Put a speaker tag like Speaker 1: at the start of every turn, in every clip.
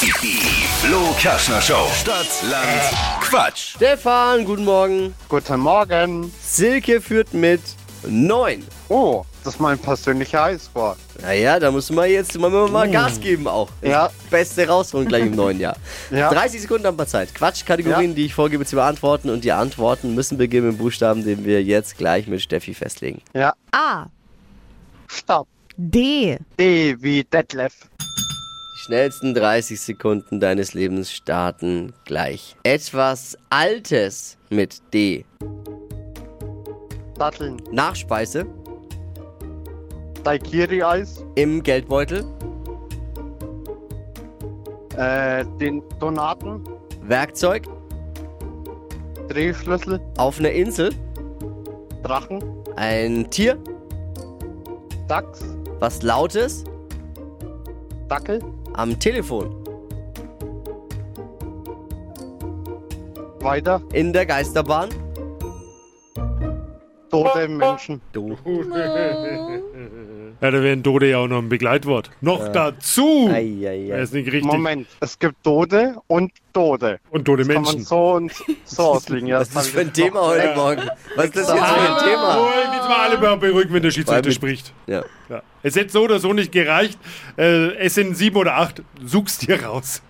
Speaker 1: Die Flo Kaschner Show. Stadt, Land, Quatsch.
Speaker 2: Stefan, guten Morgen.
Speaker 3: Guten Morgen.
Speaker 2: Silke führt mit 9.
Speaker 3: Oh, das ist mein persönlicher Eiswort.
Speaker 2: Naja, da musst du mal jetzt mal, mal, mal Gas geben auch.
Speaker 3: Ja.
Speaker 2: Beste rausholen gleich im neuen Jahr.
Speaker 3: Ja.
Speaker 2: 30 Sekunden haben wir Zeit. Quatschkategorien,
Speaker 3: Ja.
Speaker 2: die ich vorgebe zu beantworten. Und die Antworten müssen beginnen mit dem Buchstaben, den wir jetzt gleich mit Steffi festlegen.
Speaker 3: Ja,
Speaker 4: A.
Speaker 3: stopp.
Speaker 4: D.
Speaker 3: D wie Detlef.
Speaker 2: Die schnellsten 30 Sekunden deines Lebens starten gleich. Etwas Altes mit D.
Speaker 3: Datteln.
Speaker 2: Nachspeise
Speaker 3: Daikiri-Eis.
Speaker 2: im Geldbeutel.
Speaker 3: Äh, den Donaten.
Speaker 2: Werkzeug
Speaker 3: Drehschlüssel.
Speaker 2: auf einer Insel.
Speaker 3: Drachen.
Speaker 2: Ein Tier,
Speaker 3: Dachs.
Speaker 2: was Lautes
Speaker 3: Dackel.
Speaker 2: am Telefon.
Speaker 3: Weiter.
Speaker 2: In der Geisterbahn. Oh.
Speaker 3: Tote Menschen.
Speaker 2: Du.
Speaker 5: Ja, da wäre ein Dode ja auch noch ein Begleitwort. Noch dazu! Er ist nicht richtig.
Speaker 3: Moment, es gibt Tote und Tote.
Speaker 5: Und tote
Speaker 3: Kann man
Speaker 5: Menschen.
Speaker 3: so und so auslegen. Ja,
Speaker 2: Was ist
Speaker 3: das
Speaker 2: das für
Speaker 3: hab
Speaker 2: ein
Speaker 3: ich jetzt noch-
Speaker 2: Thema heute Morgen? Was ist das jetzt für ein
Speaker 5: Oh,
Speaker 2: Thema?
Speaker 5: jetzt mal alle mal beruhigen, wenn der
Speaker 2: Weil
Speaker 5: Schiedsrichter
Speaker 2: mit-
Speaker 5: spricht.
Speaker 2: Ja.
Speaker 5: Ja. Es hätte so oder so nicht gereicht. Äh, es sind sieben oder acht. Such's dir raus.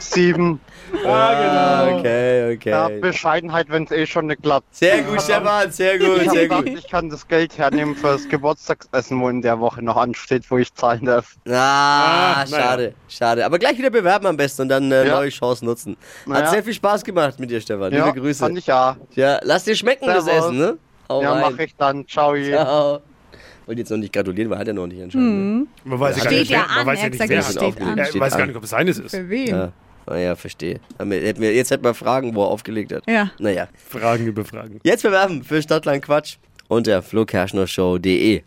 Speaker 3: Sieben.
Speaker 2: Okay,
Speaker 3: Ja,
Speaker 2: okay.
Speaker 3: Bescheidenheit, wenn es eh schon nicht klappt.
Speaker 2: Sehr gut, Stefan, sehr gut,
Speaker 3: Ich hab
Speaker 2: sehr
Speaker 3: gedacht,
Speaker 2: gut.
Speaker 3: ich kann das Geld hernehmen fürs Geburtstagsessen, wo in der Woche noch ansteht, wo ich zahlen darf.
Speaker 2: Ah,
Speaker 5: Ah, naja.
Speaker 2: schade, schade. Aber gleich wieder bewerben am besten und dann äh,
Speaker 3: Ja.
Speaker 2: neue Chancen nutzen. Hat
Speaker 3: Naja.
Speaker 2: sehr viel Spaß gemacht mit dir, Stefan.
Speaker 3: ja,
Speaker 2: Liebe Grüße.
Speaker 3: Fand ich ja.
Speaker 2: Ja, lass dir schmecken, das
Speaker 3: Servus.
Speaker 2: Essen, ne? Hau
Speaker 3: Ja,
Speaker 2: rein.
Speaker 3: mach ich dann. Ciao. ihr.
Speaker 2: Ciao. Wollte jetzt noch nicht gratulieren, weil hat er noch nicht entschieden. ne?
Speaker 5: Man weiß ja, gar
Speaker 4: Steht
Speaker 5: nicht,
Speaker 4: ja
Speaker 5: wer- man
Speaker 4: an, er
Speaker 5: weiß ja
Speaker 4: hat
Speaker 5: nicht,
Speaker 4: gesagt,
Speaker 5: wer
Speaker 4: es
Speaker 5: hat.
Speaker 4: steht an.
Speaker 5: Ja,
Speaker 2: Steht
Speaker 5: Ich weiß gar
Speaker 2: an.
Speaker 5: nicht, ob es seines ist.
Speaker 4: Für wen?
Speaker 2: Ja. Naja, verstehe. Haben wir- Hätten wir, jetzt hätten wir Fragen, wo er aufgelegt hat.
Speaker 4: Ja.
Speaker 2: Naja.
Speaker 5: Fragen über Fragen.
Speaker 2: Jetzt bewerben für Stadtland Quatsch unter flokerschnershow.de.